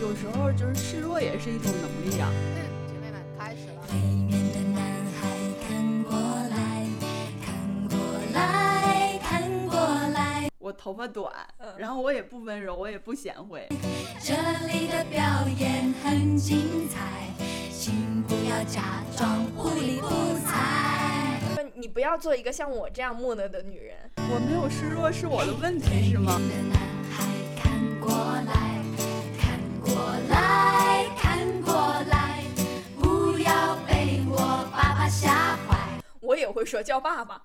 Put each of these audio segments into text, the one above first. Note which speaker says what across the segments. Speaker 1: 有时候就是示弱也是一种能力啊。
Speaker 2: 嗯，姐妹们开始了。
Speaker 3: 北面的男孩看过来，看过来，看过来，
Speaker 1: 我头发短，
Speaker 2: 嗯
Speaker 1: 然后我也不温柔，我也不贤惠。
Speaker 3: 这里的表演很精彩，请不要假装不理不睬。
Speaker 2: 那么你不要做一个像我这样木讷的女人。
Speaker 1: 我没有示弱是我的问题是吗
Speaker 3: 北？面的男孩看过来，看过来，看过来，不要被我爸爸吓坏。
Speaker 2: 我也会说叫爸爸。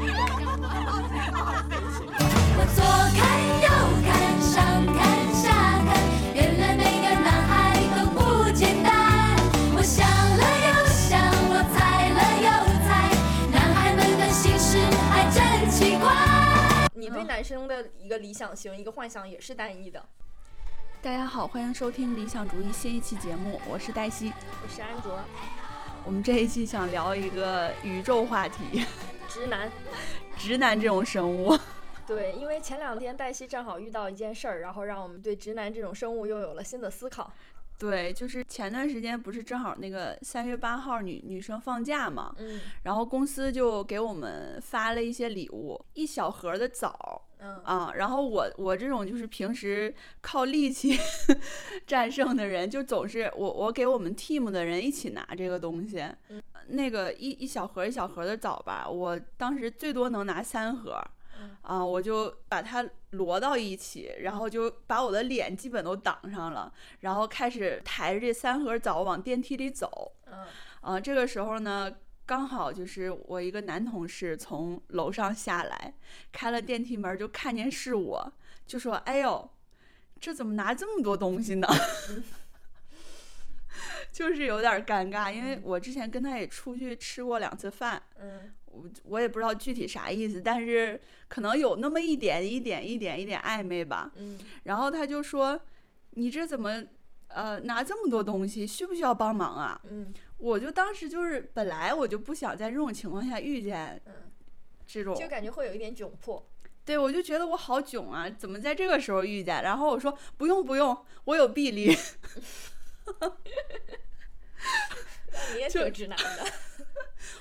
Speaker 3: 我左看右看，上看下看，原来每个男孩都不简单。我想了又想，我猜了又猜，男孩们的心事还真奇怪。
Speaker 2: 你对男生的一个理想型、一个幻想也是单一的。
Speaker 1: 大家好，欢迎收听理想主义新一期节目，我是黛西。
Speaker 2: 我是安卓，
Speaker 1: 我们这一期想聊一个宇宙话题，
Speaker 2: 直男。
Speaker 1: 直男这种生物。
Speaker 2: 对，因为前两天黛西正好遇到一件事儿，然后让我们对直男这种生物又有了新的思考。
Speaker 1: 对，就是前段时间不是正好那个三月八号女女生放假嘛，
Speaker 2: 嗯
Speaker 1: 然后公司就给我们发了一些礼物，一小盒的枣
Speaker 2: 嗯，
Speaker 1: 啊。然后我我这种就是平时靠力气 战胜的人，就总是我我给我们 team 的人一起拿这个东西。
Speaker 2: 嗯
Speaker 1: 呃那个一一小盒一小盒的枣吧，我当时最多能拿三盒
Speaker 2: 嗯。
Speaker 1: 啊，我就把它摞到一起，然后就把我的脸基本都挡上了，然后开始抬着这三盒枣往电梯里走。
Speaker 2: 嗯
Speaker 1: 啊，这个时候呢，刚好就是我一个男同事从楼上下来，开了电梯门儿就看见是我，就说：“哎呦，这怎么拿这么多东西呢？” 就是有点儿尴尬，因为我之前跟他也出去吃过两次饭，
Speaker 2: 嗯
Speaker 1: 我我也不知道具体啥意思，但是可能有那么一点一点一点一点暧昧吧。
Speaker 2: 嗯，
Speaker 1: 然后他就说：“你这怎么呃拿这么多东西？需不需要帮忙啊？”
Speaker 2: 嗯
Speaker 1: 我就当时就是本来我就不想在这种情况下遇见
Speaker 2: 嗯，
Speaker 1: 这种，
Speaker 2: 就感觉会有一点窘迫。
Speaker 1: 对我就觉得我好囧啊，怎么在这个时候遇见？然后我说不用不用，我有臂力，
Speaker 2: 你也
Speaker 1: 就
Speaker 2: 挺直男的。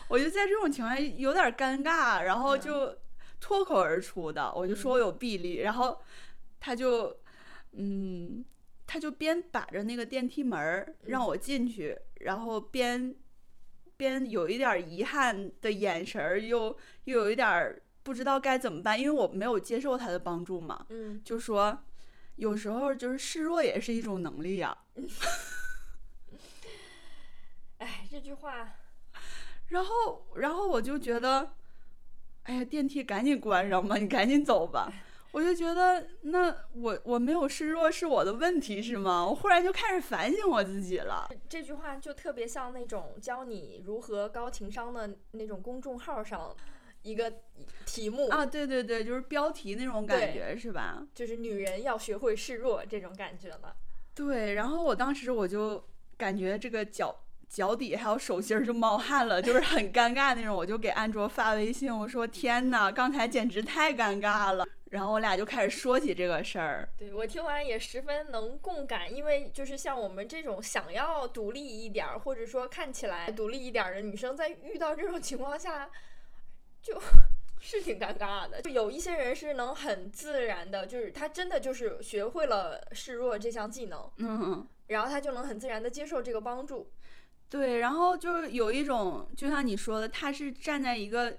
Speaker 1: 我就在这种情况下有点尴尬，然后就脱口而出的，我就说我有臂力，然后他就嗯，他就边把着那个电梯门儿让我进去，然后边边有一点儿遗憾的眼神儿，又又有一点儿不知道该怎么办，因为我没有接受他的帮助嘛，
Speaker 2: 嗯，
Speaker 1: 就说有时候就是示弱也是一种能力啊。
Speaker 2: 哎，这句话，
Speaker 1: 然后，然后我就觉得，哎呀，电梯赶紧关上吧，你赶紧走吧。我就觉得，那我我没有示弱是我的问题是吗？我忽然就开始反省我自己了。
Speaker 2: 这句话就特别像那种教你如何高情商的那种公众号上一个题目
Speaker 1: 啊，对对对，就是标题那种感
Speaker 2: 对
Speaker 1: 觉是吧？
Speaker 2: 就是女人要学会示弱这种感觉了。
Speaker 1: 对，然后我当时我就感觉这个脚脚底还有手心儿就冒汗了，就是很尴尬那种。我就给安卓发微信，我说天呐，刚才简直太尴尬了。然后我俩就开始说起这个事儿。
Speaker 2: 对我听完也十分能共感，因为就是像我们这种想要独立一点儿，或者说看起来独立一点儿的女生，在遇到这种情况下，就 是挺尴尬的。就有一些人是能很自然的，就是他真的就是学会了示弱这项技能，
Speaker 1: 嗯。
Speaker 2: 然后他就能很自然的接受这个帮助。
Speaker 1: 对，然后就是有一种，就像你说的，他是站在一个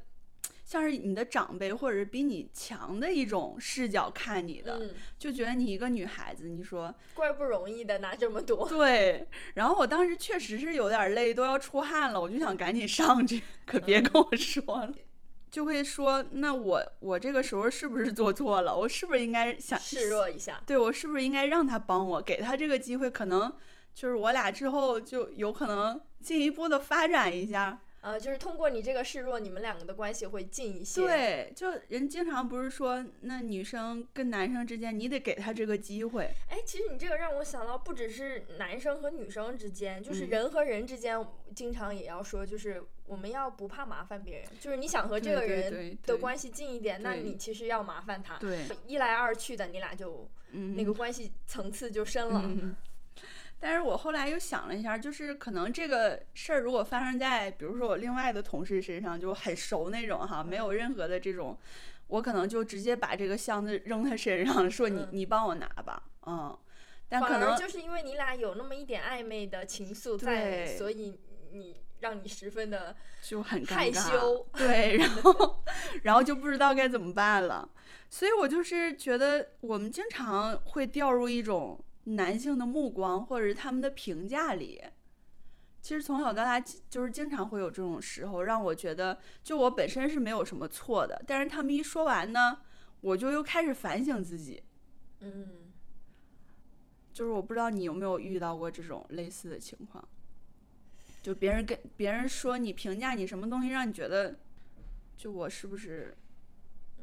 Speaker 1: 像是你的长辈或者是比你强的一种视角看你的，
Speaker 2: 嗯，
Speaker 1: 就觉得你一个女孩子，你说
Speaker 2: 怪不容易的拿这么多。
Speaker 1: 对。然后我当时确实是有点累，都要出汗了，我就想赶紧上去，可别跟
Speaker 2: 嗯
Speaker 1: 我说了。就会说，那我我这个时候是不是做错了？我是不是应该想
Speaker 2: 示弱一下，
Speaker 1: 对我是不是应该让他帮我，给他这个机会？可能就是我俩之后就有可能进一步的发展一下。
Speaker 2: 呃，就是通过你这个示弱，你们两个的关系会近一些。，
Speaker 1: 对，就人经常不是说，那女生跟男生之间，你得给他这个机会。
Speaker 2: 哎，其实你这个让我想到，不只是男生和女生之间，就是
Speaker 1: 嗯
Speaker 2: 人和人之间，经常也要说，就是我们要不怕麻烦别人，就是你想和这
Speaker 1: 对对
Speaker 2: 个
Speaker 1: 对
Speaker 2: 人
Speaker 1: 对
Speaker 2: 的关系近一点，那
Speaker 1: 对
Speaker 2: 你其实要麻烦他。
Speaker 1: 对，
Speaker 2: 一来二去的，你俩就
Speaker 1: 嗯，
Speaker 2: 那个关系层次就深了。
Speaker 1: 嗯。但是我后来又想了一下，就是可能这个事儿如果发生在，比如说我另外的同事身上，就很熟那种哈，没有任何的这种，我可能就直接把这个箱子扔他身上，说你
Speaker 2: 嗯
Speaker 1: 你帮我拿吧，嗯。但
Speaker 2: 反
Speaker 1: 可
Speaker 2: 而
Speaker 1: 能
Speaker 2: 就是因为你俩有那么一点暧昧的情愫在，
Speaker 1: 对
Speaker 2: 所以你让你十分的
Speaker 1: 就很尴尬
Speaker 2: 害羞，
Speaker 1: 对，然后 然后就不知道该怎么办了，所以我就是觉得我们经常会掉入一种男性的目光或者是他们的评价里。其实从小到大就是经常会有这种时候，让我觉得就我本身是没有什么错的，但是他们一说完呢，我就又开始反省自己。
Speaker 2: 嗯。
Speaker 1: 就是我不知道你有没有遇到过这种类似的情况，就别人跟别人说你评价你什么东西，让你觉得，就我是不是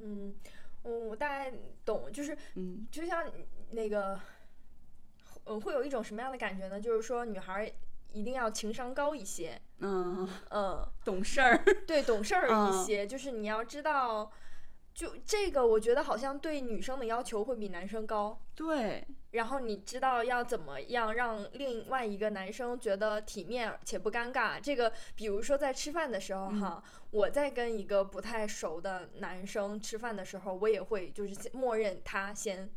Speaker 2: 嗯，我我大概懂，就是
Speaker 1: 嗯
Speaker 2: 就像那个，嗯，会有一种什么样的感觉呢？就是说，女孩儿一定要情商高一些，
Speaker 1: 嗯
Speaker 2: 嗯，
Speaker 1: 懂事儿？
Speaker 2: 对，懂事儿一
Speaker 1: 嗯
Speaker 2: 些，就是你要知道，就这个，我觉得好像对女生的要求会比男生高。
Speaker 1: 对，
Speaker 2: 然后你知道要怎么样让另外一个男生觉得体面且不尴尬。这个，比如说在吃饭的时候哈，我在跟一个不太熟的男生吃饭的时候，我也会就是先默认他先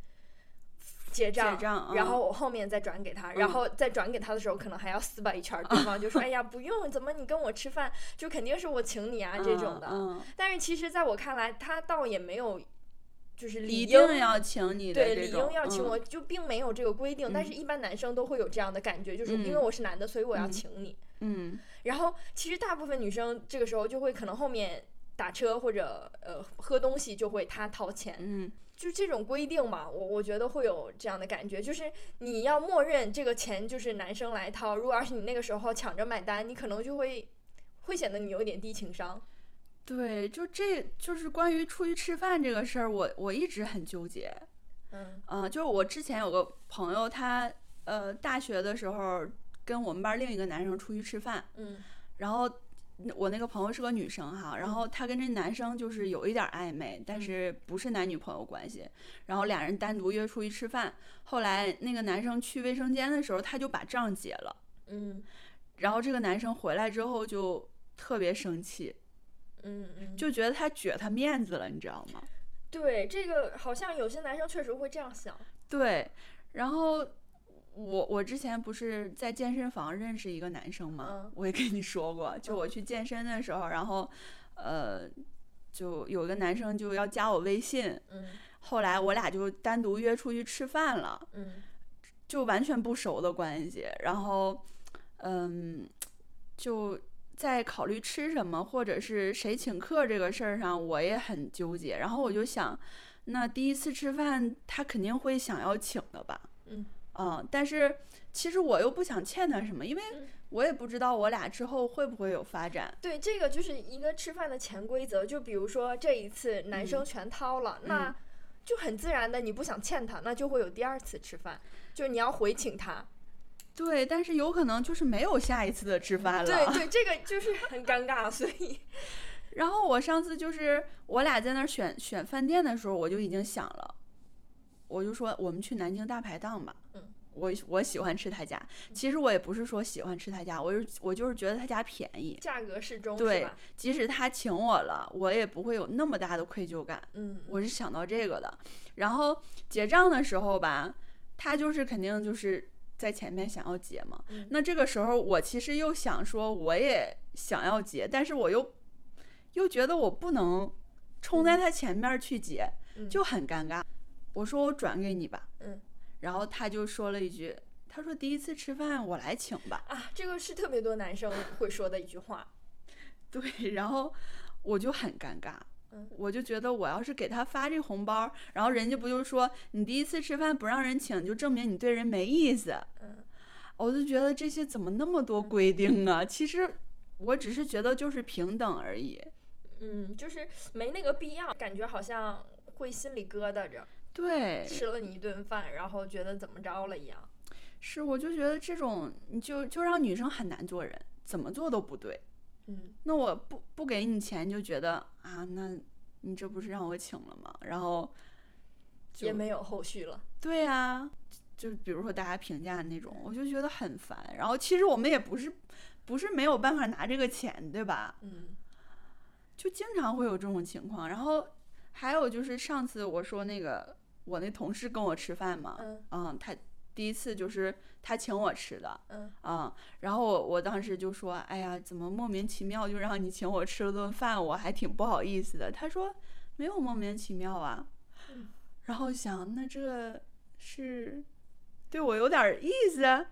Speaker 2: 结账，
Speaker 1: 结账嗯
Speaker 2: 然后我后面再转给他，然后再转给他的时候，可能还要撕巴一圈儿，对方就
Speaker 1: 嗯
Speaker 2: 说：“哎呀，不用，怎么你跟我吃饭，就肯定是我请你啊这种的。
Speaker 1: 嗯，嗯
Speaker 2: 但是其实在我看来，他倒也没有。就是理
Speaker 1: 一
Speaker 2: 应
Speaker 1: 定要请你的
Speaker 2: 对，
Speaker 1: 这
Speaker 2: 理
Speaker 1: 种，
Speaker 2: 应要请
Speaker 1: 嗯
Speaker 2: 我，就并没有这个规定，但是一般男生都会有这样的感觉，就是因为
Speaker 1: 嗯
Speaker 2: 我是男的，所以我要
Speaker 1: 嗯
Speaker 2: 请你。
Speaker 1: 嗯
Speaker 2: 然后其实大部分女生这个时候就会可能后面打车或者呃喝东西就会她掏钱，
Speaker 1: 嗯
Speaker 2: 就这种规定嘛，我我觉得会有这样的感觉，就是你要默认这个钱就是男生来掏，如果要是你那个时候抢着买单，你可能就会会显得你有点低情商。
Speaker 1: 对，就这就是关于出去吃饭这个事儿，我我一直很纠结，
Speaker 2: 嗯
Speaker 1: 嗯，就是我之前有个朋友，他呃大学的时候跟我们班另一个男生出去吃饭。
Speaker 2: 嗯
Speaker 1: 然后我那个朋友是个女生哈，然后她跟这男生就是有一点暧昧，但是不是男女朋友关系。然后俩人单独约出去吃饭，后来那个男生去卫生间的时候，他就把账结了。
Speaker 2: 嗯
Speaker 1: 然后这个男生回来之后就特别生气，
Speaker 2: 嗯嗯，
Speaker 1: 就觉得他撅他面子了，你知道吗？
Speaker 2: 对这个好像有些男生确实会这样想。
Speaker 1: 对，然后。我我之前不是在健身房认识一个男生嘛，
Speaker 2: 嗯
Speaker 1: 我也跟你说过，就我去健身的时候，然后，呃，就有个男生就要加我微信，
Speaker 2: 嗯
Speaker 1: 后来我俩就单独约出去吃饭了，
Speaker 2: 嗯
Speaker 1: 就完全不熟的关系。然后，嗯，就在考虑吃什么或者是谁请客这个事儿上，我也很纠结。然后我就想，那第一次吃饭他肯定会想要请的吧？
Speaker 2: 嗯
Speaker 1: 嗯，但是其实我又不想欠他什么，因为
Speaker 2: 嗯
Speaker 1: 我也不知道我俩之后会不会有发展。
Speaker 2: 对，这个就是一个吃饭的潜规则。就比如说这一次男
Speaker 1: 嗯
Speaker 2: 生全掏了，那就很自然的，你不想欠他，那就会有第二次吃饭，就是你要回请他。
Speaker 1: 对，但是有可能就是没有下一次的吃饭了。
Speaker 2: 对对，这个就是很尴尬，所以
Speaker 1: 然后我上次就是我俩在那儿选选饭店的时候，我就已经想了，我就说我们去南京大排档吧。
Speaker 2: 嗯，
Speaker 1: 我我喜欢吃他家，其实我也不是说喜欢吃他家，我是我就是觉得他家便宜。
Speaker 2: 价格适中，是
Speaker 1: 对
Speaker 2: 吧？，
Speaker 1: 即使他请我了，我也不会有那么大的愧疚感。
Speaker 2: 嗯，
Speaker 1: 我是想到这个的。然后结账的时候吧，他就是肯定就是在前面想要结嘛。
Speaker 2: 嗯
Speaker 1: 那这个时候我其实又想说，我也想要结，但是我又又觉得我不能冲在他前面去结，
Speaker 2: 嗯
Speaker 1: 就很尴尬。我说我转给你吧，
Speaker 2: 嗯，
Speaker 1: 然后他就说了一句，他说第一次吃饭我来请吧，
Speaker 2: 啊，这个是特别多男生会说的一句话。
Speaker 1: 对，然后我就很尴尬
Speaker 2: 嗯。
Speaker 1: 我就觉得我要是给他发这红包，然后人家不就说你第一次吃饭不让人请，就证明你对人没意思。
Speaker 2: 嗯
Speaker 1: 我就觉得这些怎么那么多规定啊？其实我只是觉得就是平等而已。
Speaker 2: 嗯，就是没那个必要，感觉好像会心里疙瘩着，
Speaker 1: 对，
Speaker 2: 吃了你一顿饭，然后觉得怎么着了一样。
Speaker 1: 是我就觉得这种你就就让女生很难做人，怎么做都不对。
Speaker 2: 嗯
Speaker 1: 那我不不给你钱，就觉得啊，那你这不是让我请了吗？然后就
Speaker 2: 也没有后续了。
Speaker 1: 对啊，就是比如说大家评价那种，我就觉得很烦。然后其实我们也不是不是没有办法拿这个钱，对吧？
Speaker 2: 嗯
Speaker 1: 就经常会有这种情况。然后还有就是上次我说那个我那同事跟我吃饭嘛，
Speaker 2: 嗯
Speaker 1: 嗯，他第一次就是他请我吃的，
Speaker 2: 嗯
Speaker 1: 嗯，然后我我当时就说，哎呀，怎么莫名其妙就让你请我吃了顿饭，我还挺不好意思的。他说没有莫名其妙啊，
Speaker 2: 嗯
Speaker 1: 然后想那这是对我有点儿意思，啊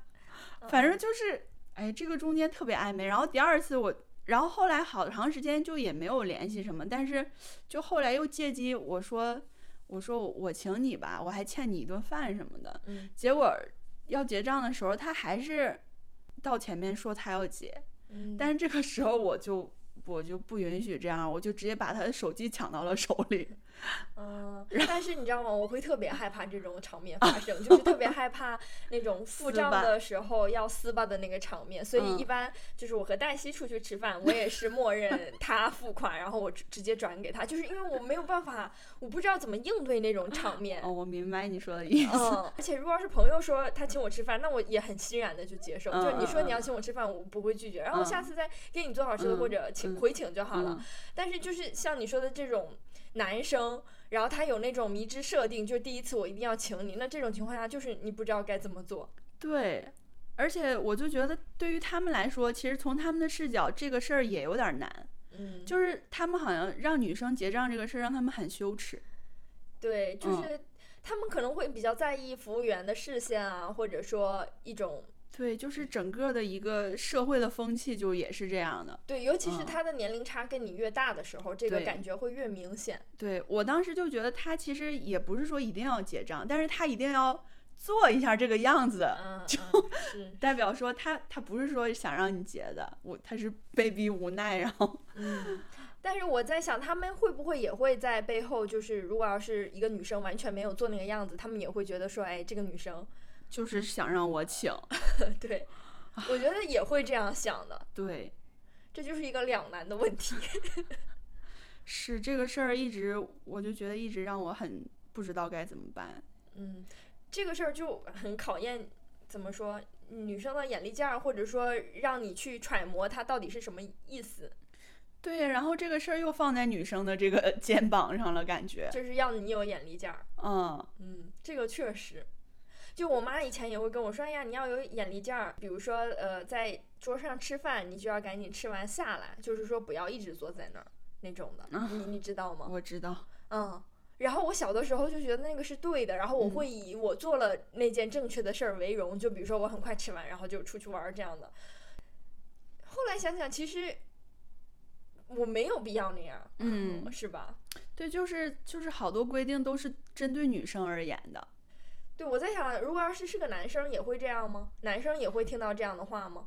Speaker 2: 嗯
Speaker 1: 反正就是哎，这个中间特别暧昧。然后第二次我，然后后来好长时间就也没有联系什么，但是就后来又借机我说我说我请你吧，我还欠你一顿饭什么的。
Speaker 2: 嗯
Speaker 1: 结果要结账的时候，他还是到前面说他要结，
Speaker 2: 嗯，
Speaker 1: 但是这个时候我就我就不允许这样，我就直接把他的手机抢到了手里。
Speaker 2: 嗯，但是你知道吗？我会特别害怕这种场面发 生，就是特别害怕那种付
Speaker 1: 撕
Speaker 2: 账
Speaker 1: 巴
Speaker 2: 的时候要撕巴的那个场面。所以
Speaker 1: 嗯
Speaker 2: 一般就是我和黛西出去吃饭，我也是 默认他付款，然后我直直接转给他，就是因为我没有办法，我不知道怎么应对那种场面。
Speaker 1: 哦，我哦明白你说的意思。
Speaker 2: 嗯，而且如果要是朋友说他请我吃饭，那我也很欣然的就接受。
Speaker 1: 嗯
Speaker 2: 就是你说
Speaker 1: 嗯
Speaker 2: 你要请我吃饭，我不会拒绝，然后
Speaker 1: 嗯
Speaker 2: 下次再给你做好吃的
Speaker 1: 嗯
Speaker 2: 或者请
Speaker 1: 嗯
Speaker 2: 回请就好了。
Speaker 1: 嗯
Speaker 2: 但是就是像你说的这种男生，然后他有那种迷之设定，就是第一次我一定要请你，那这种情况下就是你不知道该怎么做。
Speaker 1: 对，而且我就觉得对于他们来说，其实从他们的视角，这个事儿也有点难，
Speaker 2: 嗯，
Speaker 1: 就是他们好像让女生结账这个事儿让他们很羞耻。
Speaker 2: 对，就
Speaker 1: 嗯
Speaker 2: 是他们可能会比较在意服务员的视线啊，或者说一种
Speaker 1: 对，就是整个的一个社会的风气就也是这样的。
Speaker 2: 对，尤其是
Speaker 1: 嗯
Speaker 2: 他的年龄差跟你越大的时候，这个
Speaker 1: 对
Speaker 2: 感觉会越明显。
Speaker 1: 对我当时就觉得他其实也不是说一定要结账，但是他一定要做一下这个样子，
Speaker 2: 嗯，
Speaker 1: 就
Speaker 2: 嗯是，
Speaker 1: 代表说他他不是说想让你结的，我他是被逼无奈，然后
Speaker 2: 嗯。但是我在想，他们会不会也会在背后，就是如果要是一个女生完全没有做那个样子，他们也会觉得说，哎，这个女生，
Speaker 1: 就是想让我请。
Speaker 2: 对，我觉得也会这样想的。
Speaker 1: 对，
Speaker 2: 这就是一个两难的问题。
Speaker 1: 是这个事儿一直我就觉得一直让我很不知道该怎么办。
Speaker 2: 嗯， 这个事儿就很考验怎么说女生的眼力劲儿，或者说让你去揣摩她到底是什么意思，
Speaker 1: 对，然后这个事儿又放在女生的这个 肩膀上了，感觉，
Speaker 2: 就是要你有眼力劲儿。
Speaker 1: 嗯
Speaker 2: 嗯，这个确实。就我妈以前也会跟我说：“哎呀，你要有眼力劲儿。比如说，呃，在桌上吃饭，你就要赶紧吃完下来，就是说不要一直坐在那儿那种的。
Speaker 1: 啊
Speaker 2: 你你知道吗？
Speaker 1: 我知道，
Speaker 2: 嗯，然后我小的时候就觉得那个是对的，然后我会
Speaker 1: 嗯
Speaker 2: 以我做了那件正确的事儿为荣，就比如说我很快吃完，然后就出去玩儿这样的。后来想想，其实我没有必要那样，
Speaker 1: 嗯
Speaker 2: 是吧？
Speaker 1: 对，就是就是好多规定都是针对女生而言的。
Speaker 2: 对，我在想，如果要是是个男生，也会这样吗？男生也会听到这样的话吗？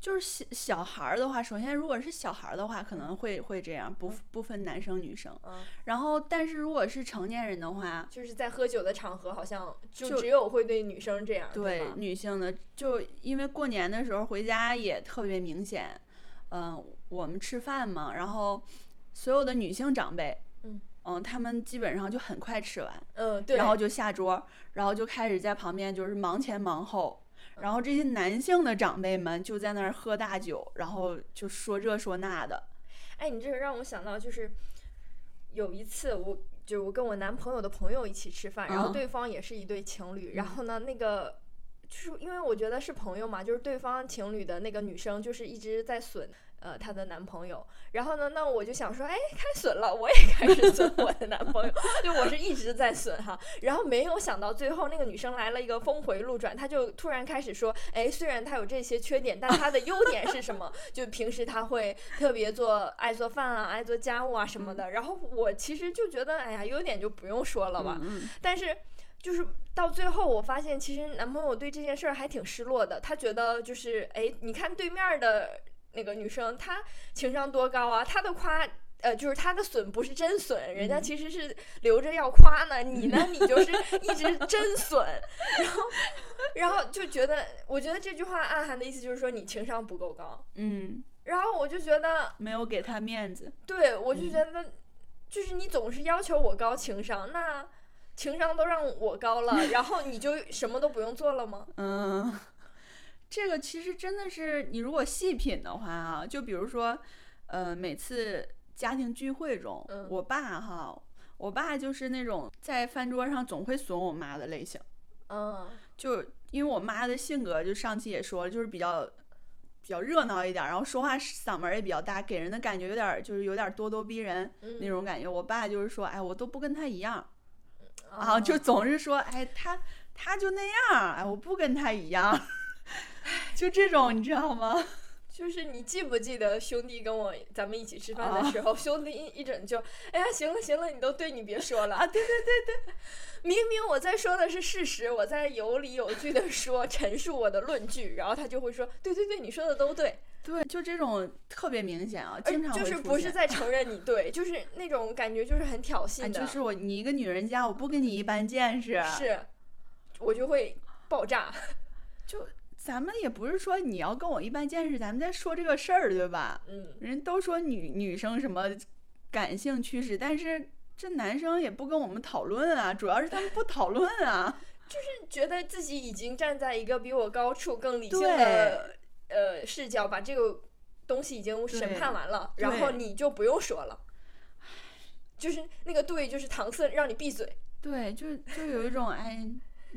Speaker 1: 就是小小孩儿的话，首先如果是小孩儿的话，可能会会这样，不不分男生女生。
Speaker 2: 嗯，
Speaker 1: 然后，但是如果是成年人的话，
Speaker 2: 就是在喝酒的场合，好像就
Speaker 1: 就
Speaker 2: 只有会对女生这样，对
Speaker 1: 对
Speaker 2: 吧
Speaker 1: 女性的，就因为过年的时候回家也特别明显。嗯、我们吃饭嘛，然后所有的女性长辈，
Speaker 2: 嗯
Speaker 1: 嗯，她们基本上就很快吃完，
Speaker 2: 嗯，对，
Speaker 1: 然后就下桌，然后就开始在旁边就是忙前忙后，
Speaker 2: 嗯
Speaker 1: 然后这些男性的长辈们就在那儿喝大酒，然后就说这说那的。
Speaker 2: 哎，你这个让我想到，就是有一次我。就我跟我男朋友的朋友一起吃饭，然后
Speaker 1: 嗯
Speaker 2: 对方也是一对情侣，然后呢，那个就是因为我觉得是朋友嘛，就是对方情侣的那个女生就是一直在损呃她的男朋友，然后呢，那我就想说，哎，开损了，我也开始损我的男朋友，就我是一直在损哈，然后没有想到最后那个女生来了一个峰回路转，她就突然开始说，哎，虽然她有这些缺点，但她的优点是什么？ 就平时她会特别做爱做饭啊，爱做家务啊什么的。然后我其实就觉得，哎呀，优点就不用说了吧。
Speaker 1: 嗯，嗯
Speaker 2: 但是就是到最后，我发现其实男朋友对这件事儿还挺失落的，他觉得就是，哎，你看对面儿的那个女生，她情商多高啊，她的夸。呃，就是她的损不是真损，人家
Speaker 1: 嗯
Speaker 2: 其实是留着要夸呢。你呢，你就是一直真损，然后，然后就觉得，我觉得这句话暗含的意思就是说你情商不够高。
Speaker 1: 嗯，
Speaker 2: 然后我就觉得，
Speaker 1: 没有给他面子。
Speaker 2: 对，我就
Speaker 1: 嗯
Speaker 2: 觉得，就是你总是要求我高情商，那情商都让我高了，然后 你就什么都不用做了吗？
Speaker 1: 嗯，这个其实真的是你如果细品的话啊，就比如说，呃，每次家庭聚会中，
Speaker 2: 嗯
Speaker 1: 我爸哈，我爸就是那种在饭桌上总会损我妈的类型，
Speaker 2: 嗯
Speaker 1: 就因为我妈的性格，就上期也说了，就是比较比较热闹一点儿，然后说话嗓门儿也比较大，给人的感觉有点儿就是有点儿咄咄逼人
Speaker 2: 嗯
Speaker 1: 那种感觉。我爸就是说，哎，我都不跟他一样。啊，
Speaker 2: 啊
Speaker 1: 就总是说，哎，他他就那样儿，哎，我不跟他一样儿， 就这种，你知道吗？
Speaker 2: 就是你记不记得兄弟跟我咱们一起吃饭
Speaker 1: 啊
Speaker 2: 的时候，兄弟一一整就，哎呀，行了行了，你都对，你别说了啊！对对对对，明明我在说的是事实，我在有理有据的说陈述我的论据，然后他就会说，对对对，你说的都对，
Speaker 1: 对，就这种特别明显啊，
Speaker 2: 而
Speaker 1: 经常会
Speaker 2: 就
Speaker 1: 出
Speaker 2: 是
Speaker 1: 现。
Speaker 2: 不是在承认你对，就是那种感觉，就是很挑
Speaker 1: 哎，
Speaker 2: 衅的，
Speaker 1: 就是我你一个女人家，我不跟你一般见识。
Speaker 2: 是，我就会爆炸。
Speaker 1: 咱们也不是说你要跟我一般见识，咱们在说这个事儿，对吧？
Speaker 2: 嗯，
Speaker 1: 人都说女女生什么感性趋势，但是这男生也不跟我们讨论啊，主要是他们不讨论啊。
Speaker 2: 觉得自己已经站在一个比我高处、更理性的呃视角，把这个东西已经审判完了，
Speaker 1: 对
Speaker 2: 然后你就不用说了。就是那个对，就是搪塞，让你闭嘴。
Speaker 1: 对，就就有一种哎，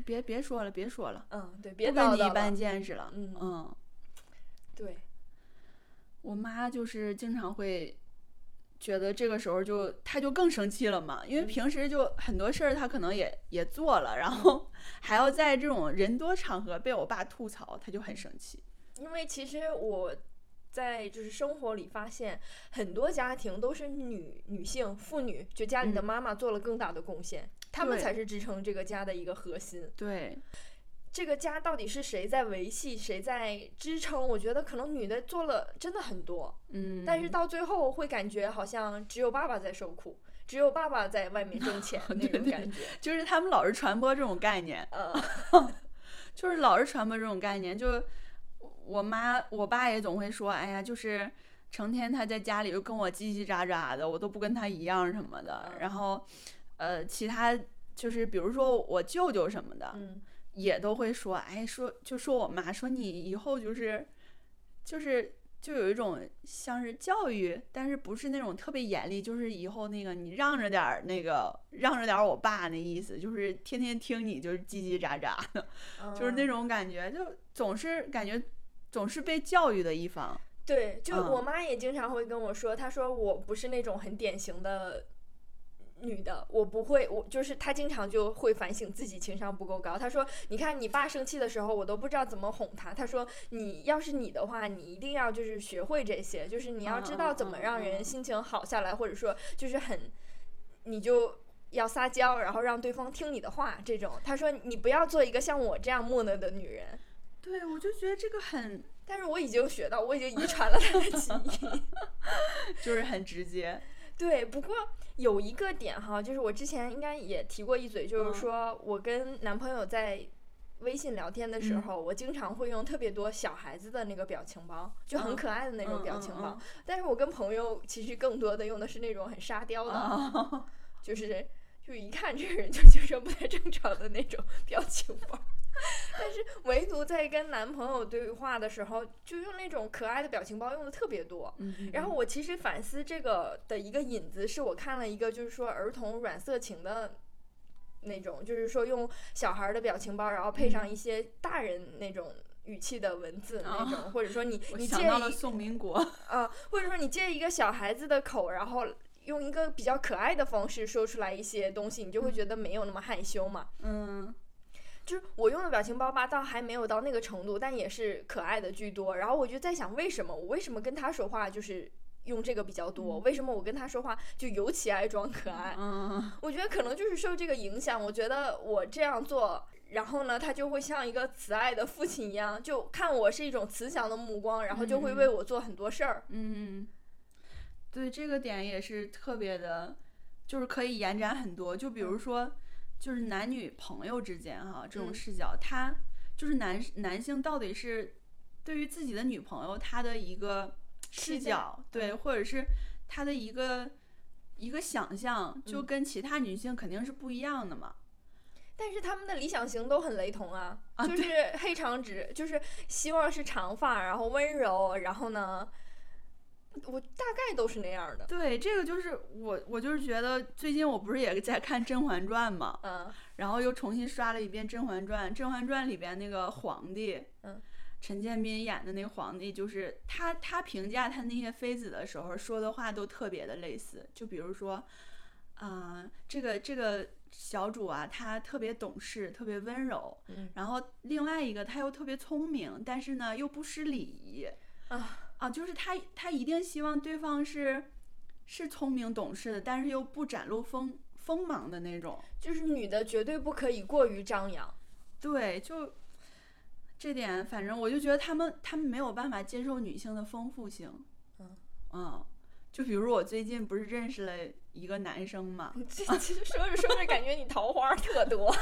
Speaker 1: 别别说了，别说了。
Speaker 2: 嗯，对，别
Speaker 1: 不跟
Speaker 2: 叨
Speaker 1: 你一
Speaker 2: 叨
Speaker 1: 般
Speaker 2: 了。
Speaker 1: 见识了。
Speaker 2: 嗯
Speaker 1: 嗯，
Speaker 2: 对，
Speaker 1: 我妈就是经常会觉得这个时候就她就更生气了嘛，因为
Speaker 2: 嗯
Speaker 1: 平时就很多事儿她可能也也做了，然
Speaker 2: 嗯
Speaker 1: 后还要在这种人多场合被我爸吐槽，她就很生气。
Speaker 2: 因为其实我在就是生活里发现，很多家庭都是女女性妇女，就家里的
Speaker 1: 嗯
Speaker 2: 妈妈做了更大的贡献，她们
Speaker 1: 对
Speaker 2: 才是支撑这个家的一个核心。
Speaker 1: 对，
Speaker 2: 这个家到底是谁在维系，谁在支撑？我觉得可能女的做了真的很多，
Speaker 1: 嗯，
Speaker 2: 但是到最后会感觉好像只有爸爸在受苦，只有爸爸在外面挣钱那
Speaker 1: 对
Speaker 2: 种
Speaker 1: 对
Speaker 2: 感觉。
Speaker 1: 就是他们老是传播这种概念，
Speaker 2: 呃，
Speaker 1: 就是老是传播这种概念，就我妈我爸也总会说，哎呀，就是成天他在家里就跟我叽叽喳喳的，我都不跟他一样什么的。
Speaker 2: 嗯
Speaker 1: 然后，呃，其他就是比如说我舅舅什么的，
Speaker 2: 嗯，
Speaker 1: 也都会说，哎，说就说我妈说你以后就是就是。就有一种像是教育，但是不是那种特别严厉，就是以后那个你让着点儿，那个让着点儿我爸那意思，就是天天听你就是叽叽喳喳。就是那
Speaker 2: 种
Speaker 1: 种感觉，就总是感觉总是被教育的一方。
Speaker 2: 对，就
Speaker 1: 嗯
Speaker 2: 我妈也经常会跟我说，她说我不是那种很典型的。女的，我不会，我就是她经常就会反省自己情商不够高。她说：“你看你爸生气的时候，我都不知道怎么哄他。”她说：“你要是你的话，你一定要就是学会这些，就是你要知道怎么让
Speaker 1: 嗯嗯嗯嗯
Speaker 2: 人心情好下来，或者说就是很，你就要撒娇，然后让对方听你的话这种。”她说：“你不要做一个像我这样木讷的女人。”
Speaker 1: 对，我就觉得这个很
Speaker 2: 但是我已经学到，我已经遗传了她的 基因。
Speaker 1: 就是很直接。
Speaker 2: 对，不过有一个点哈，就是我之前应该也提过一嘴，就
Speaker 1: 嗯
Speaker 2: 是说我跟男朋友在微信聊天的时
Speaker 1: 嗯
Speaker 2: 候，我经常会用特别多小孩子的那个表情包，就
Speaker 1: 嗯
Speaker 2: 很可爱的那
Speaker 1: 嗯
Speaker 2: 种表
Speaker 1: 嗯
Speaker 2: 情
Speaker 1: 嗯
Speaker 2: 包。但是我跟朋友其实更多的用的是那种很沙雕的，
Speaker 1: 啊，
Speaker 2: 就是就一看这个人就精神不太正常的那种表情包。 但是唯独在跟男朋友对话的时候，就用那种可爱的表情包用的特别多。然后我其实反思这个的一个引子，是我看了一个就是说儿童软色情的那种，就是说用小孩儿的表情包，然后配
Speaker 1: 嗯
Speaker 2: 上一些大人那种。语气的文字那种，或者说你
Speaker 1: 哦我
Speaker 2: 你
Speaker 1: 想
Speaker 2: 借
Speaker 1: 到了
Speaker 2: 一
Speaker 1: 宋民国，
Speaker 2: 呃，或者说你借一个小孩子的口，然后用一个比较可爱的方式说出来一些东西，你就会觉得没有那么害羞嘛。
Speaker 1: 嗯，
Speaker 2: 就是我用的表情包吧，倒还没有到那个程度，但也是可爱的居多。然后我就在想，为什么我为什么跟他说话就是用这个比较多？为什么我跟他说话就尤其爱装可爱？
Speaker 1: 嗯，
Speaker 2: 我觉得可能就是受这个影响，我觉得我这样做。然后呢，他就会像一个慈爱的父亲一样，就看我是一种慈祥的目光，然后就会
Speaker 1: 嗯
Speaker 2: 为我做很多事儿。
Speaker 1: 嗯，对，这个点也是特别的，就是可以延展很多。就比如说，就是男女朋友之间哈、这种
Speaker 2: 嗯
Speaker 1: 视角，他就是男男性到底是对于自己的女朋友他的一个视
Speaker 2: 期待
Speaker 1: 角，嗯对，或者是他的一个一个想象，就
Speaker 2: 嗯
Speaker 1: 跟其他女性肯定是不一样的嘛。
Speaker 2: 但是他们的理想型都很雷同啊，
Speaker 1: 啊
Speaker 2: 就是黑长直，就是希望是长发，然后温柔，然后呢，我大概都是那样的。
Speaker 1: 对，这个就是我，我就是觉得最近我不是也在看《甄嬛传》嘛，
Speaker 2: 嗯，
Speaker 1: 然后又重新刷了一遍《甄嬛传》。《甄嬛传》里边那个皇帝，
Speaker 2: 嗯，
Speaker 1: 陈建斌演的那个皇帝，就是他，他评价他那些妃子的时候说的话都特别的类似，就比如说，啊、这个这个小主啊，她特别懂事，特别温柔，
Speaker 2: 嗯
Speaker 1: 然后另外一个她又特别聪明，但是呢又不失礼仪，
Speaker 2: 啊
Speaker 1: 啊，就是他他一定希望对方是是聪明懂事的，但是又不展露锋锋芒的那种。
Speaker 2: 就是女的绝对不可以过于张扬。
Speaker 1: 对，就这点，反正我就觉得他们他们没有办法接受女性的丰富性。
Speaker 2: 嗯
Speaker 1: 嗯就比如我最近不是认识了一个男生嘛，
Speaker 2: 这其实说着说着，感觉你桃花特多。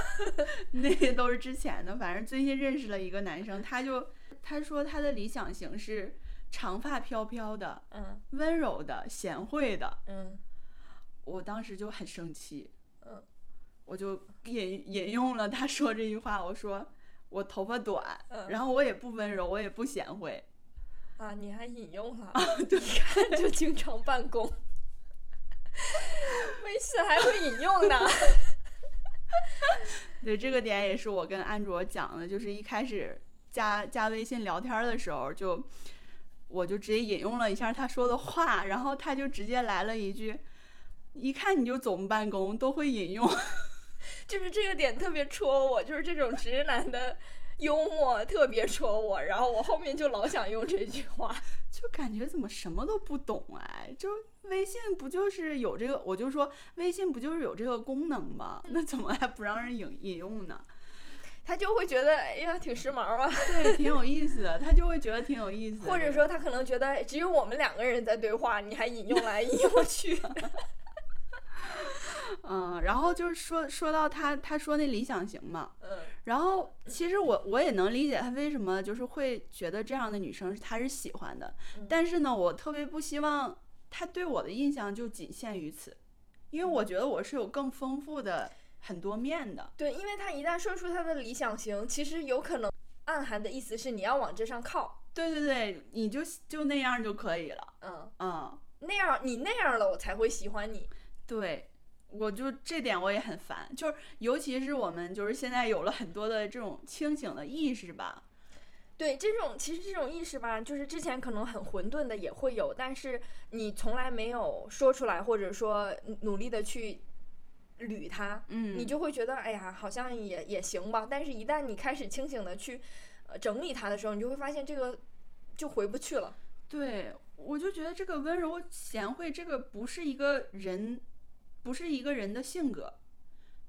Speaker 1: 那些都是之前的，反正最近认识了一个男生，他就他说他的理想型是长发飘飘的、
Speaker 2: 嗯
Speaker 1: 温柔的、贤惠的。
Speaker 2: 嗯
Speaker 1: 我当时就很生气，
Speaker 2: 嗯，
Speaker 1: 我就引引用了他说这句话，我说我头发短，
Speaker 2: 嗯
Speaker 1: 然后我也不温柔，我也不贤惠，
Speaker 2: 啊，你还引用
Speaker 1: 啊
Speaker 2: 了？你看就经常办公， 没事还会引用呢。
Speaker 1: 对这个点也是我跟安卓讲的，就是一开始加加微信聊天的时候就。我就直接引用了一下他说的话，然后他就直接来了一句：“一看你就总办公，都会引用。
Speaker 2: 就是这个点特别戳我，就是这种直男的幽默特别戳我，然后我后面就老想用这句话。”
Speaker 1: 就感觉怎么什么都不懂哎！就微信不就是有这个？我就说微信不就是有这个功能吗？ 那怎么还不让人引引用呢？
Speaker 2: 他就会觉得，哎呀，挺时髦啊，
Speaker 1: 对，挺有意思的，他就会觉得挺有意思的。
Speaker 2: 或者说他可能觉得只有我们两个人在对话，你还引用来引用去，
Speaker 1: 嗯，然后就是说说到他他说那理想型嘛，
Speaker 2: 嗯
Speaker 1: 然后其实我我也能理解他为什么就是会觉得这样的女生是他是喜欢的，
Speaker 2: 嗯
Speaker 1: 但是呢，我特别不希望他对我的印象就仅限于此，因为我觉得我是有更丰富的很多面的。
Speaker 2: 对，因为他一旦说出他的理想型，其实有可能暗含的意思是你要往这上靠，
Speaker 1: 对对对，你就就那样就可以了。
Speaker 2: 嗯，
Speaker 1: 嗯，
Speaker 2: 那样你那样了，我才会喜欢你。
Speaker 1: 对，我就这点我也很烦，就是尤其是我们就是现在有了很多的这种清醒的意识吧。
Speaker 2: 对这种其实这种意识吧，就是之前可能很混沌的也会有，但是你从来没有说出来，或者说努力的去捋它，
Speaker 1: 嗯
Speaker 2: 你就会觉得哎呀，好像也也行吧。但是，一旦你开始清醒的去呃整理它的时候，你就会发现这个就回不去了。
Speaker 1: 对，我就觉得这个温柔贤惠这个不是一个人，不是一个人的性格，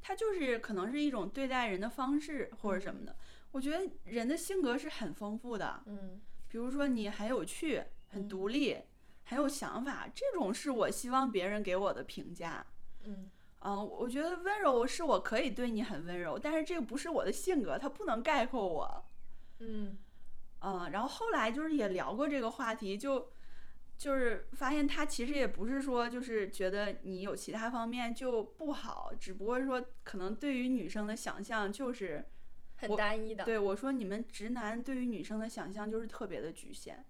Speaker 1: 他就是可能是一种对待人的方式或者什么的。我觉得人的性格是很丰富的，
Speaker 2: 嗯，
Speaker 1: 比如说你很有趣、很
Speaker 2: 嗯
Speaker 1: 独立、很有想法，这种是我希望别人给我的评价。
Speaker 2: 嗯，
Speaker 1: 嗯、我觉得温柔是我可以对你很温柔，但是这个不是我的性格，它不能概括我。
Speaker 2: 嗯，
Speaker 1: 嗯、然后后来就是也聊过这个话题，就就是发现他其实也不是说就是觉得你有其他方面就不好，只不过说可能对于女生的想象就是
Speaker 2: 很
Speaker 1: 我
Speaker 2: 单一的。
Speaker 1: 对我说：“你们直男对于女生的想象就是特别的局限。”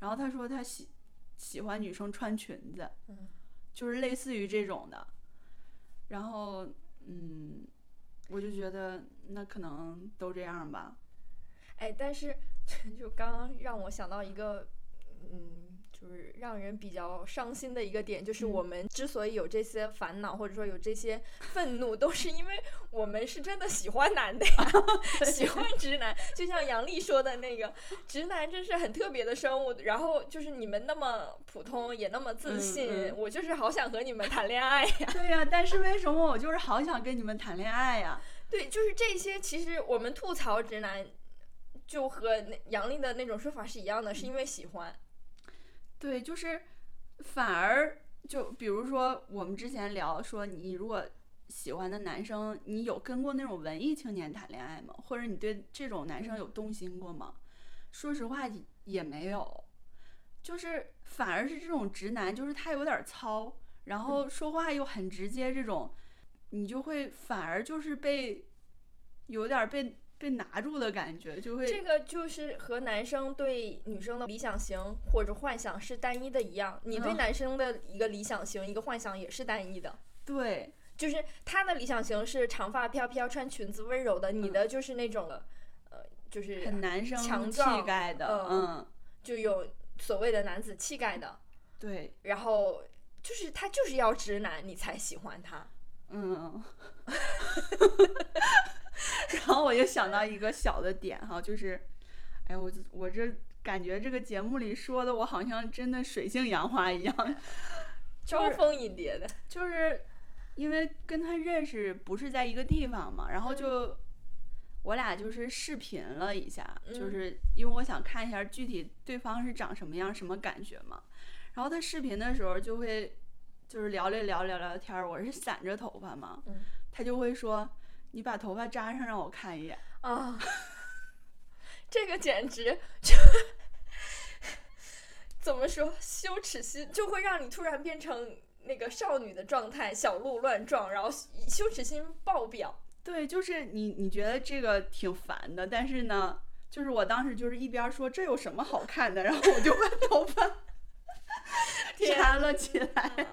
Speaker 1: 然后他说他喜喜欢女生穿裙子，
Speaker 2: 嗯
Speaker 1: 就是类似于这种的。然后，嗯，我就觉得那可能都这样吧。
Speaker 2: 哎，但是 就刚刚让我想到一个，嗯，就是让人比较伤心的一个点，就是
Speaker 1: 嗯
Speaker 2: 我们之所以有这些烦恼，或者说有这些愤怒，都是因为我们是真的喜欢男的 呀，喜欢直男。就像杨丽说的那个，直男真是很特别的生物。然后就是你们那么普通，也那么自
Speaker 1: 嗯
Speaker 2: 信，
Speaker 1: 嗯
Speaker 2: 我就是好想和你们谈恋爱 呀。
Speaker 1: 对呀、但是为什么我就是好想跟你们谈恋爱呀、
Speaker 2: 对，就是这些。其实我们吐槽直男。就和那杨丽的那种说法是一样的，
Speaker 1: 嗯
Speaker 2: 是因为喜欢。
Speaker 1: 对，就是反而就比如说我们之前聊说，你如果喜欢的男生，你有跟过那种文艺青年谈恋爱吗？或者你对这种男生有动心过吗？说实话也也没有，就是反而是这种直男，就是他有点糙，然后说话又很直接，这种你就会反而就是被有点儿被被拿住的感觉，就会
Speaker 2: 这个就是和男生对女生的理想型或者幻想是单一的一样，你对
Speaker 1: 嗯
Speaker 2: 男生的一个理想型、一个幻想也是单一的，
Speaker 1: 对
Speaker 2: 就是他的理想型是长发飘飘、穿裙子温柔的，你的就是那种的，呃，就是
Speaker 1: 嗯很男生
Speaker 2: 强
Speaker 1: 气
Speaker 2: 壮
Speaker 1: 概的，
Speaker 2: 嗯
Speaker 1: 嗯，
Speaker 2: 就有所谓的男子气概的，
Speaker 1: 对，
Speaker 2: 然后就是他就是要直男你才喜欢他，
Speaker 1: 嗯。 然后我就想到一个小的点哈，就是，哎，我就我这感觉这个节目里说的，我好像真的水性杨花一样，
Speaker 2: 招蜂引蝶的，
Speaker 1: 就是因为跟他认识不是在一个地方嘛，
Speaker 2: 嗯
Speaker 1: 然后就我俩就是视频了一下，就
Speaker 2: 嗯
Speaker 1: 是因为我想看一下具体对方是长什么样、什么感觉嘛。然后他视频的时候就会就是聊聊聊聊聊天儿，我是散着头发嘛，
Speaker 2: 嗯
Speaker 1: 他就会说。你把头发扎上让我看一眼，
Speaker 2: 啊，这个简直就 怎么说羞耻心，就会让你突然变成那个少女的状态，小鹿乱撞，然后羞羞耻心爆表。
Speaker 1: 对，就是你你觉得这个挺烦的，但是呢，就是我当时就是一边说这有什么好看的，然后我就把头发扎了起来，
Speaker 3: 嗯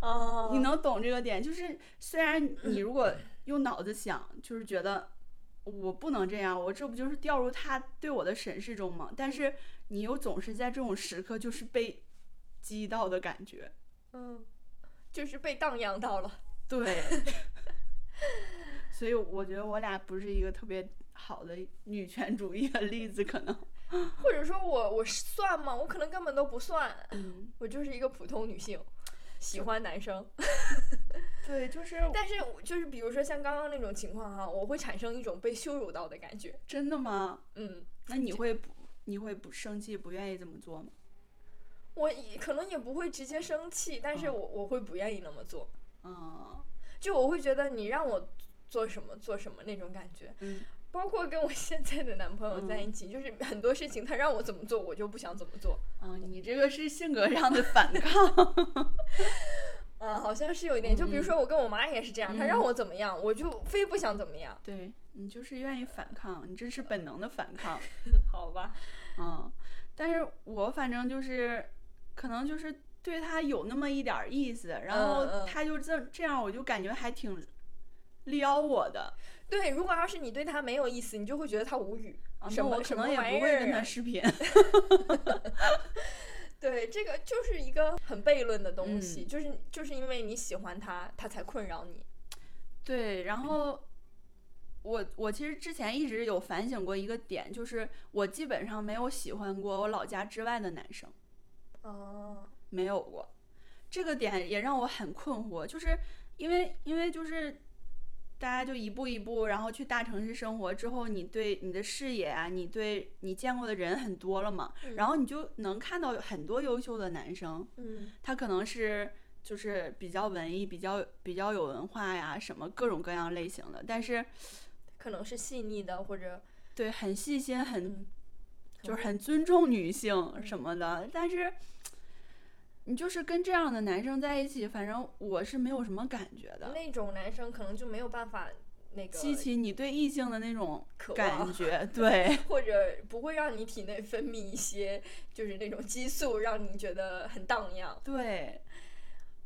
Speaker 2: 哦
Speaker 1: 你能懂这个点，就是虽然你如果用脑子想，就是觉得我不能这样，我这不就是掉入他对我的审视中吗？但是你又总是在这种时刻就是被击到的感觉。
Speaker 2: 嗯，就是被荡漾到了。
Speaker 1: 对，所以我觉得我俩不是一个特别好的女权主义的例子，可能。
Speaker 2: 或者说我我是算吗？我可能根本都不算，
Speaker 1: 嗯，
Speaker 2: 我就是一个普通女性，喜欢男生。
Speaker 1: 对，就是
Speaker 2: 但是我就是比如说像刚刚那种情况哈、我会产生一种被羞辱到的感觉。
Speaker 1: 真的吗？
Speaker 2: 嗯，
Speaker 1: 那你会不你会不生气，不愿意这么做吗？
Speaker 2: 我也可能也不会直接生气，但是
Speaker 1: 嗯
Speaker 2: 我我会不愿意那么做，
Speaker 1: 嗯
Speaker 2: 就我会觉得你让我做什么做什么那种感觉。
Speaker 1: 嗯，
Speaker 2: 包括跟我现在的男朋友在一起，就是很多事情他让我怎么做，我就不想怎么做。
Speaker 1: 啊，你这个是性格上的反抗。
Speaker 2: 嗯，好像是有一点，就比如说我跟我妈也是这样，她
Speaker 1: 嗯
Speaker 2: 让我怎么样，我就非不想怎么样。
Speaker 1: 对 你就是愿意反抗，你这是本能的反 抗，
Speaker 2: 好吧，
Speaker 1: 嗯。但是我反正就是，可能就是对他有那么一点儿意思，然
Speaker 2: 嗯
Speaker 1: 后
Speaker 2: 嗯
Speaker 1: 他就这这样，我就感觉还挺撩我的。
Speaker 2: 对，如果要是你对他没有意思，你就会觉得他无语。
Speaker 1: 啊，
Speaker 2: 什
Speaker 1: 那
Speaker 2: 么
Speaker 1: 我
Speaker 2: 什
Speaker 1: 可
Speaker 2: 么
Speaker 1: 能也
Speaker 2: 玩意
Speaker 1: 不会跟
Speaker 2: 儿
Speaker 1: 他
Speaker 2: 啊
Speaker 1: 视频。
Speaker 2: 对，这个就是一个很悖论的东西，
Speaker 1: 嗯
Speaker 2: 就是就是因为你喜欢他，他才困扰你。
Speaker 1: 对，然后我我其实之前一直有反省过一个点，就是我基本上没有喜欢过我老家之外的男生。
Speaker 2: 哦，
Speaker 1: 没有过。这个点也让我很困惑，就是因为因为就是大家就一步一步，然后去大城市生活之后，你对你的视野啊，你对你见过的人很多了嘛，
Speaker 2: 嗯
Speaker 1: 然后你就能看到很多优秀的男生，
Speaker 2: 嗯。
Speaker 1: 他可能是就是比较文艺、比较比较有文化呀，什么各种各样类型的，但是
Speaker 2: 可能是细腻的，或者
Speaker 1: 对很细心、很
Speaker 2: 嗯，
Speaker 1: 就是很尊重女性什么的，但是你就是跟这样的男生在一起，反正我是没有什么感觉的，
Speaker 2: 那种男生可能就没有办法那个
Speaker 1: 激起你对异性的那种
Speaker 2: 渴
Speaker 1: 感
Speaker 2: 望，
Speaker 1: 觉，对
Speaker 2: 或者不会让你体内分泌一些就是那种激素，让你觉得很荡漾。
Speaker 1: 对，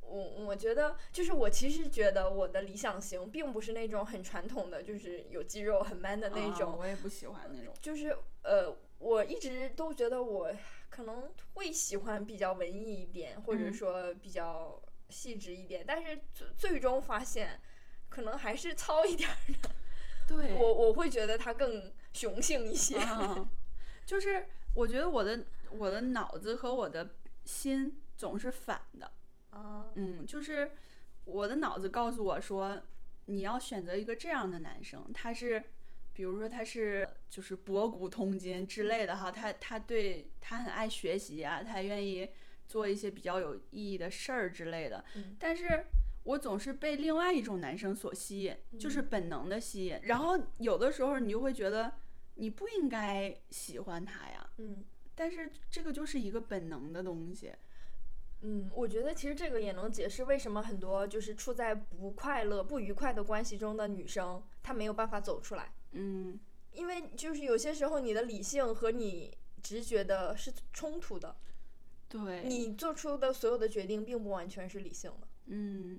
Speaker 2: 我我觉得就是我其实觉得我的理想型并不是那种很传统的，就是有肌肉很 man 的那
Speaker 1: 啊
Speaker 2: 种，
Speaker 1: 我也不喜欢那种，
Speaker 2: 就是呃，我一直都觉得我可能会喜欢比较文艺一点，或者
Speaker 1: 嗯
Speaker 2: 说比较细致一点，但是最最终发现，可能还是糙一点儿。
Speaker 1: 对
Speaker 2: 我我会觉得他更雄性一些。
Speaker 1: 啊，就是我觉得我的我的脑子和我的心总是反的，
Speaker 2: 啊，
Speaker 1: 嗯，就是我的脑子告诉我说，你要选择一个这样的男生，他是，比如说他是就是博古通今之类的哈，他他对他很爱学习啊，他愿意做一些比较有意义的事儿之类的，
Speaker 2: 嗯
Speaker 1: 但是。我总是被另外一种男生所吸引，就是
Speaker 2: 嗯
Speaker 1: 本能的吸引。然后有的时候你就会觉得你不应该喜欢他呀，
Speaker 2: 嗯，
Speaker 1: 但是这个就是一个本能的东西。
Speaker 2: 嗯，我觉得其实这个也能解释为什么很多就是处在不快乐、不愉快的关系中的女生，她没有办法走出来，
Speaker 1: 嗯
Speaker 2: 因为就是有些时候你的理性和你直觉的是冲突的，
Speaker 1: 对，
Speaker 2: 你做出的所有的决定并不完全是理性的，
Speaker 1: 嗯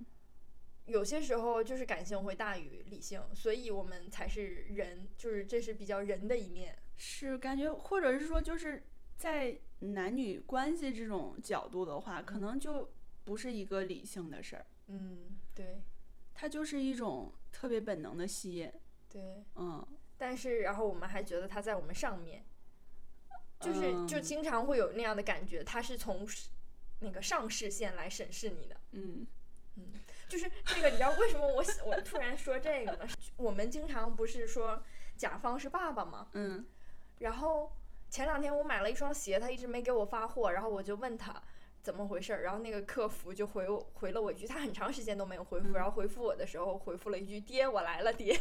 Speaker 2: 有些时候就是感性会大于理性，所以我们才是人，就是这是比较人的一面。
Speaker 1: 是感觉，或者是说就是在男女关系这种角度的话，可能就不是一个理性的事儿，
Speaker 2: 嗯，对
Speaker 1: 它就是一种特别本能的吸引，
Speaker 2: 对。
Speaker 1: 嗯，
Speaker 2: 但是然后我们还觉得他在我们上面，就是、就
Speaker 1: 嗯
Speaker 2: 经常会有那样的感觉，他是从是那个上视线来审视你的。
Speaker 1: 嗯
Speaker 2: 就是这个，你知道为什么我喜我突然说这个呢？我们经常不是说甲方是爸爸吗？
Speaker 1: 嗯
Speaker 2: 然后前两天我买了一双鞋，他一直没给我发货，然后我就问他怎么回事儿，然后那个客服就回我回了我一句，他很长时间都没有回复，
Speaker 1: 嗯
Speaker 2: 然后回复我的时候回复了一句“爹，我来了，爹”，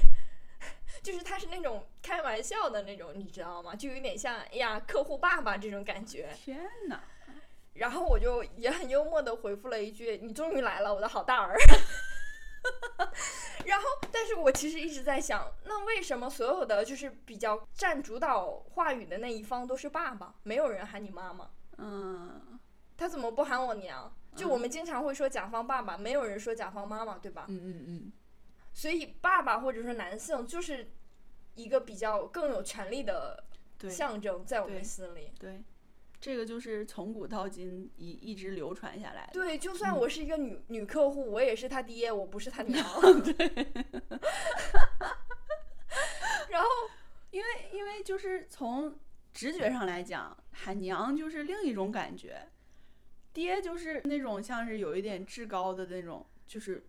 Speaker 2: 就是他是那种开玩笑的那种，你知道吗？就有点像哎呀客户爸爸这种感觉。
Speaker 1: 天哪，
Speaker 2: 然后我就也很幽默的回复了一句：“你终于来了，我的好大儿。” 然后，但是我其实一直在想，那为什么所有的就是比较占主导话语的那一方都是爸爸，没有人喊你妈妈？
Speaker 1: 嗯
Speaker 2: 他怎么不喊我娘？就
Speaker 1: 嗯
Speaker 2: 我们经常会说甲方爸爸，没有人说甲方妈妈，对吧？
Speaker 1: 嗯嗯嗯，
Speaker 2: 所以爸爸或者说男性就是一个比较更有权力的
Speaker 1: 对
Speaker 2: 象征，在我们
Speaker 1: 对
Speaker 2: 心里。
Speaker 1: 对，这个就是从古到今一一直流传下来的，
Speaker 2: 对，就算我是一个女、女客户，我也是他爹，我不是他娘。 然后，
Speaker 1: 因为因为就是从直觉上来讲，喊娘就是另一种感觉，爹就是那种像是有一点至高的那种，就是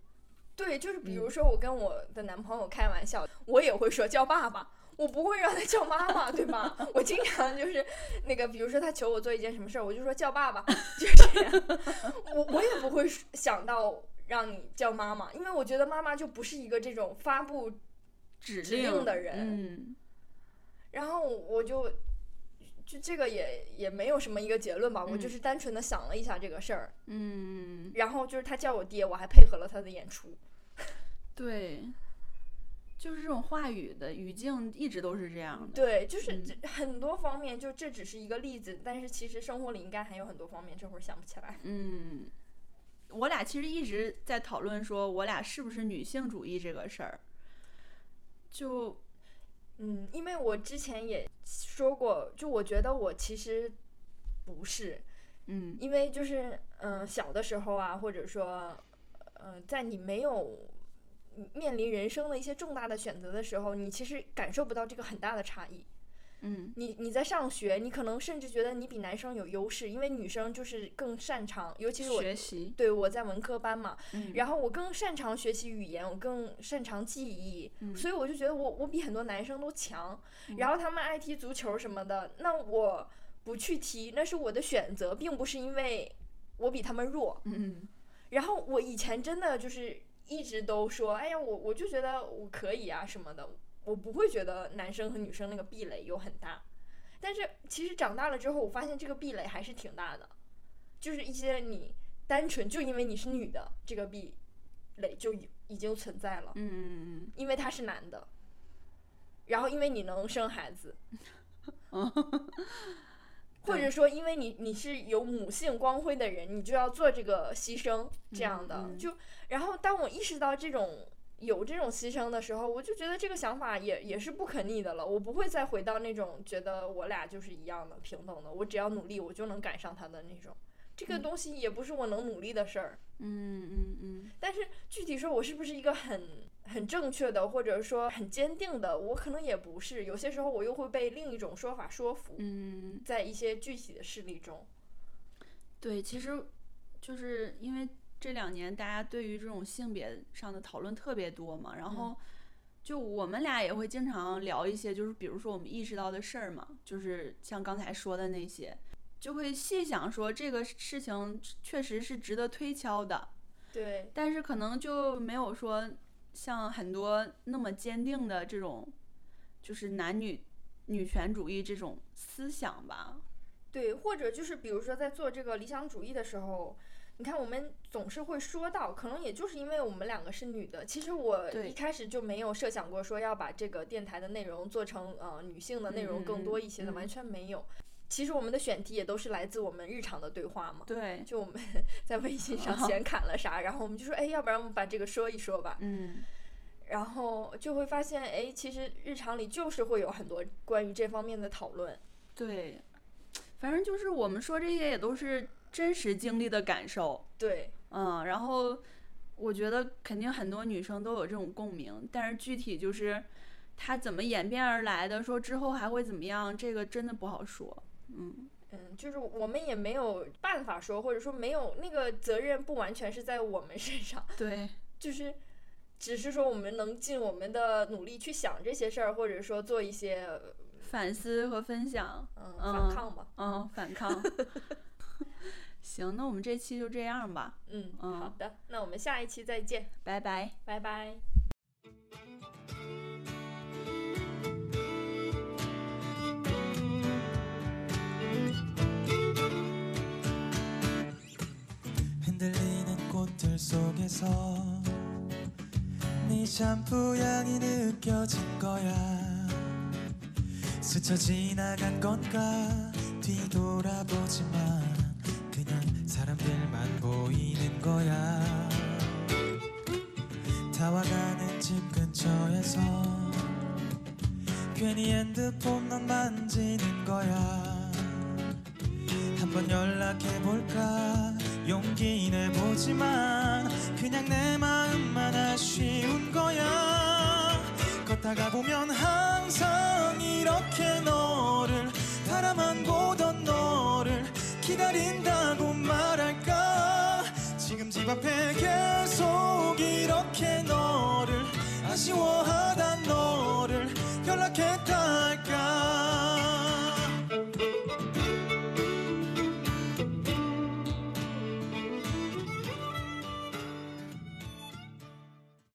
Speaker 2: 对，就是比如
Speaker 1: 嗯
Speaker 2: 说我跟我的男朋友开玩笑，我也会说叫爸爸。我不会让他叫妈妈，对吧？ 我经常就是那个，比如说他求我做一件什么事儿，我就说叫爸爸，就是这样。 我我也不会想到让你叫妈妈，因为我觉得妈妈就不是一个这种发布
Speaker 1: 指
Speaker 2: 指
Speaker 1: 令
Speaker 2: 令的人
Speaker 1: 嗯，
Speaker 2: 然后我就就这个也也没有什么一个结论吧，我就
Speaker 1: 嗯
Speaker 2: 是单纯的想了一下这个事儿，
Speaker 1: 嗯，
Speaker 2: 然后就是他叫我爹，我还配合了他的演出。
Speaker 1: 对，就是这种话语的语境一直都是这样的。
Speaker 2: 对，就是
Speaker 1: 嗯
Speaker 2: 这很多方面，就这只是一个例子，但是其实生活里应该还有很多方面，这会儿想不起来。
Speaker 1: 嗯，我俩其实一直在讨论说，我俩是不是女性主义这个事儿。就
Speaker 2: 嗯，因为我之前也说过，就我觉得我其实不是，
Speaker 1: 嗯
Speaker 2: 因为就是嗯、呃小的时候啊，或者说嗯、呃在你没有面临人生的一些重大的选择的时候，你其实感受不到这个很大的差异。
Speaker 1: 嗯
Speaker 2: 你你在上学，你可能甚至觉得你比男生有优势，因为女生就是更擅长，尤其是我
Speaker 1: 学习，
Speaker 2: 对我在文科班嘛，
Speaker 1: 嗯
Speaker 2: 然后我更擅长学习语言，我更擅长记忆，
Speaker 1: 嗯
Speaker 2: 所以我就觉得我我比很多男生都强。
Speaker 1: 嗯
Speaker 2: 然后他们爱踢足球什么的，那我不去踢，那是我的选择，并不是因为我比他们弱。
Speaker 1: 嗯
Speaker 2: 然后我以前真的就是一直都说，哎呀，我我就觉得我可以啊什么的，我不会觉得男生和女生那个壁垒有很大。但是其实长大了之后，我发现这个壁垒还是挺大的，就是一些你单纯就因为你是女的，这个壁垒就已已经存在了，
Speaker 1: 嗯
Speaker 2: 因为他是男的，然后因为你能生孩子，
Speaker 1: 嗯
Speaker 2: 或者说，因为你你是有母性光辉的人，你就要做这个牺牲这样的。
Speaker 1: 嗯嗯
Speaker 2: 就然后，当我意识到这种有这种牺牲的时候，我就觉得这个想法也也是不可逆的了。我不会再回到那种觉得我俩就是一样的平等的，我只要努力，我就能赶上他的那种。这个
Speaker 1: 嗯
Speaker 2: 东西也不是我能努力的事儿。
Speaker 1: 嗯嗯嗯
Speaker 2: 但是具体说，我是不是一个很很正确的，或者说很坚定的，我可能也不是。有些时候，我又会被另一种说法说服，
Speaker 1: 嗯，
Speaker 2: 在一些具体的事例中。
Speaker 1: 对，其实就是因为这两年大家对于这种性别上的讨论特别多嘛，然后就我们俩也会经常聊一些，就是比如说我们意识到的事儿嘛，就是像刚才说的那些，就会细想说这个事情确实是值得推敲的，
Speaker 2: 对，
Speaker 1: 但是可能就没有说像很多那么坚定的这种，就是男女女权主义这种思想吧。
Speaker 2: 对，或者就是比如说在做这个理想主义的时候，你看，我们总是会说到，可能也就是因为我们两个是女的。其实我
Speaker 1: 对
Speaker 2: 一开始就没有设想过说要把这个电台的内容做成呃女性的内容更多一些
Speaker 1: 嗯
Speaker 2: 的，
Speaker 1: 嗯嗯
Speaker 2: 完全没有。其实我们的选题也都是来自我们日常的对话嘛。
Speaker 1: 对，
Speaker 2: 就我们 在微信上
Speaker 1: 哦
Speaker 2: 闲侃了啥，然后我们就说，哎，要不然我们把这个说一说吧。
Speaker 1: 嗯，
Speaker 2: 然后就会发现，哎，其实日常里就是会有很多关于这方面的讨论。
Speaker 1: 对，反正就是我们说这些也都是真实经历的感受，
Speaker 2: 对，
Speaker 1: 嗯，然后我觉得肯定很多女生都有这种共鸣，但是具体就是它怎么演变而来的，说之后还会怎么样，这个真的不好说，嗯，
Speaker 2: 嗯，就是我们也没有办法说，或者说没有那个责任，不完全是在我们身上，
Speaker 1: 对，
Speaker 2: 就是只是说我们能尽我们的努力去想这些事儿，或者说做一些
Speaker 1: 反思和分享，
Speaker 2: 嗯
Speaker 1: 嗯
Speaker 2: 反抗吧。
Speaker 1: 嗯，反抗。 行，那我们这期就这样吧，
Speaker 2: 嗯，
Speaker 1: 嗯
Speaker 2: 好的，那我们下一期再见，
Speaker 1: 拜拜。
Speaker 2: 拜拜。
Speaker 4: 흔들리는 꽃들 속에서 네 샴푸 향이 느껴질 거야 스쳐 지나간 건가 뒤돌아보지만 그냥 사람들만 보이는 거야 타와가는 집 근처에서 괜히 핸드폰만 만지는 거야 한번 연락해볼까 용기 내보지만 그냥 내 마음만 아쉬운 거야 걷다가 보면 항상 이렇게 너를 바라만 보던 너를 기다린다고 말할까 지금 집 앞에 계속 이렇게 너를 아쉬워하던 너를